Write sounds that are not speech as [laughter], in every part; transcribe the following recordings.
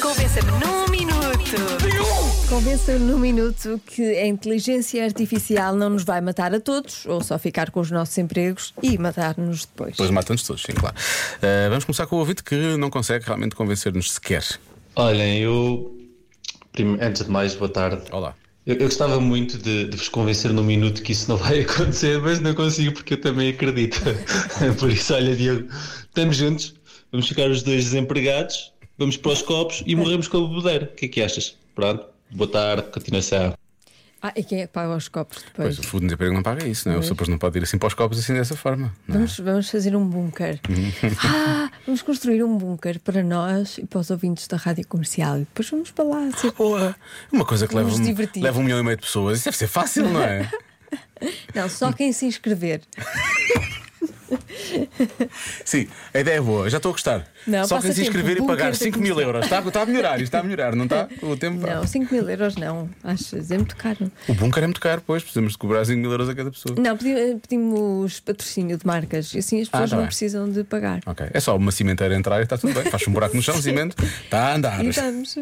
Convença-me num minuto. Convença-me num minuto que a inteligência artificial não nos vai matar a todos, ou só ficar com os nossos empregos e matar-nos depois. Depois matam-nos todos, sim, claro. Uh, vamos começar com o ouvinte que não consegue realmente convencer-nos sequer. Olhem, eu. prime- Antes de mais, boa tarde. Olá. Eu, eu gostava muito de, de vos convencer num minuto que isso não vai [laughs] acontecer, mas não consigo porque eu também acredito. [laughs] Por isso, olha, Diogo, estamos juntos, vamos ficar os dois desempregados, vamos para os copos e morremos com a bebedeira. O que é que achas? Pronto, boa tarde, continuação. Ah, e quem é que paga os copos depois? Pois, o fundo de emprego não paga isso, não é? O Sopas não pode ir assim para os copos assim dessa forma. Não é? Uhum. Vamos, vamos fazer um bunker. ah, vamos construir um bunker para nós e para os ouvintes da rádio comercial. E depois vamos para lá. assim. ser- Boa. Uma coisa que leva Vamos um, divertir. leva um milhão e meio de pessoas. Isso deve ser fácil, [laughs] não é? Não, só quem se inscrever. Sim, a ideia é boa. Já estou a gostar. Não, Só quem passa se inscrever tempo, e o bunker pagar da 5 mil comercial. euros. Está, está a melhorar, isto está a melhorar, não está? O tempo Não, 5 mil euros não. Achas? É muito caro. O bunker é muito caro, pois. Precisamos de cobrar 5 mil euros a cada pessoa. Não, pedi- pedimos patrocínio de marcas e assim as Ah, pessoas tá não bem. precisam de pagar. Ok. É só uma cimenteira entrar e está tudo bem. Faz um buraco [laughs] no chão, cimento. Está a andar. E estamos.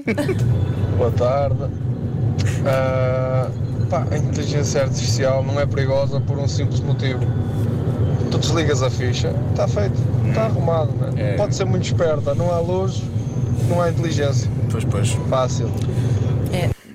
Boa tarde. Ah, pá, a inteligência artificial não é perigosa por um simples motivo. Tu desligas a ficha, está feito, está arrumado. Né? É. Pode ser muito esperta, não há luz, não há inteligência. Pois, pois. Fácil.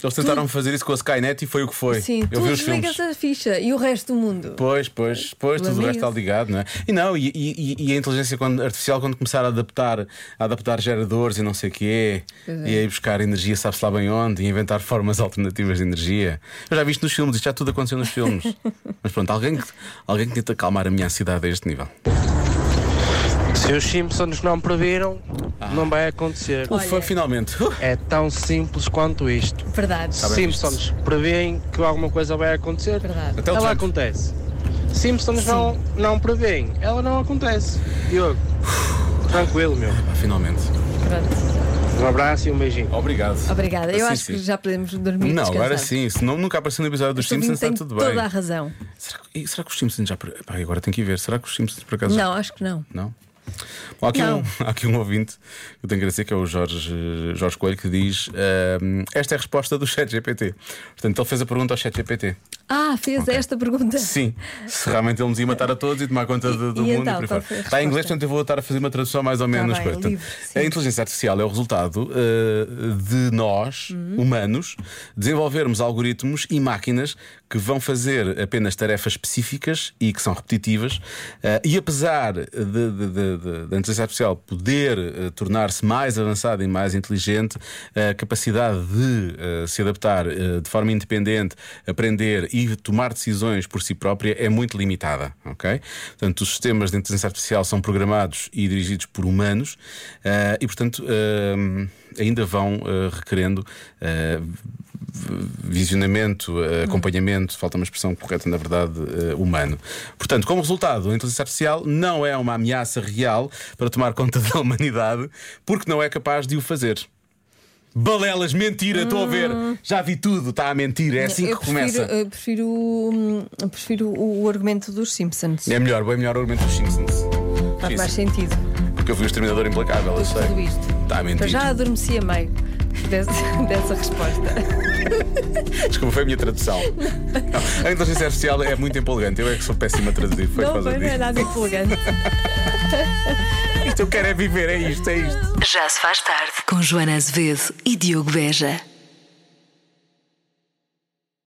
Eles tentaram fazer isso com a Skynet e foi o que foi. Sim, Eu tu vi os filmes. desligas a ficha e o resto do mundo. Pois, pois, pois, tudo o resto está ligado, não é? E não, e, e- e- e a inteligência quando- artificial quando começar a adaptar, a adaptar geradores e não sei o quê, Pois é. e aí buscar energia, sabe-se lá bem onde, e inventar formas alternativas de energia. Eu já vi isto nos filmes, isto já tudo aconteceu [laughs] nos filmes. Mas pronto, alguém que, alguém que tenta calmar a minha ansiedade a este nível. Se os Simpsons não previram, não vai acontecer. Ufa, finalmente. Uh, É tão simples quanto isto. Verdade. tá Simpsons preveem que alguma coisa vai acontecer, Verdade. Até o ela Trump. acontece. Simpsons não, não preveem, ela não acontece. Diogo, tranquilo, meu. pá, finalmente. Pronto. Um abraço e um beijinho. Obrigado. Obrigada. Eu Sim, acho que sim. já podemos dormir. Não, agora descansados. sim, se não, nunca apareceu no episódio dos Este ouvinte Simpsons, está tem tudo toda bem. a razão. Será, que- e será que os Simpsons já. pre- Pá, agora tenho que ir ver. Será que os Simpsons por acaso já Não, acho que não. Não? Bom, há, aqui Não. Um, [laughs] há aqui um ouvinte que eu tenho que agradecer, que é o Jorge, Jorge Coelho, que diz: "Ahm, Esta é a resposta do [laughs] ChatGPT. Portanto, ele fez a pergunta ao ChatGPT. Ah, fez esta pergunta. Sim, se realmente ele nos ia matar a todos e tomar conta do, do e mundo. então, e por aí qual fora. foi a Está em inglês, resposta? Tá portanto, eu vou estar a fazer uma tradução mais ou menos. bem, coisa. Portanto, livre, sim. a inteligência artificial é o resultado uh, de nós, Uhum. humanos, desenvolvermos algoritmos e máquinas que vão fazer apenas tarefas específicas e que são repetitivas. uh, e apesar de- de- de- de- da inteligência artificial poder uh, tornar-se mais avançada e mais inteligente, a capacidade de uh, se adaptar uh, de forma independente, aprender e tomar decisões por si própria é muito limitada. ok? Portanto, os sistemas de inteligência artificial são programados e dirigidos por humanos eh, e, portanto, eh, ainda vão eh, requerendo eh, v- visionamento, eh, acompanhamento, falta uma expressão correta, na verdade, eh, humano. Portanto, como resultado, a inteligência artificial não é uma ameaça real para tomar conta da humanidade porque não é capaz de o fazer. Balelas, mentira, estou a ver. Já vi tudo, está a mentir, é assim Hum. eu que começa. Prefiro, eu prefiro, hum, eu prefiro o, o argumento dos Simpsons. É melhor, bem melhor o argumento dos Simpsons. Faz Sim, mais sim. sentido. Porque eu vi o exterminador implacável, eu sei. Tá, Tudo isto. Está a Eu mentir. já adormeci a meio dessa, [laughs] dessa resposta. Desculpa, foi a [laughs] minha tradução. Não, a inteligência artificial é muito empolgante. Eu é que sou péssimo a traduzir. Foi por Não, causa foi, não é disso. nada empolgante. Isto eu quero é viver, é isto, é isto. Já se faz tarde. Com Joana Azevedo e Diogo Beja.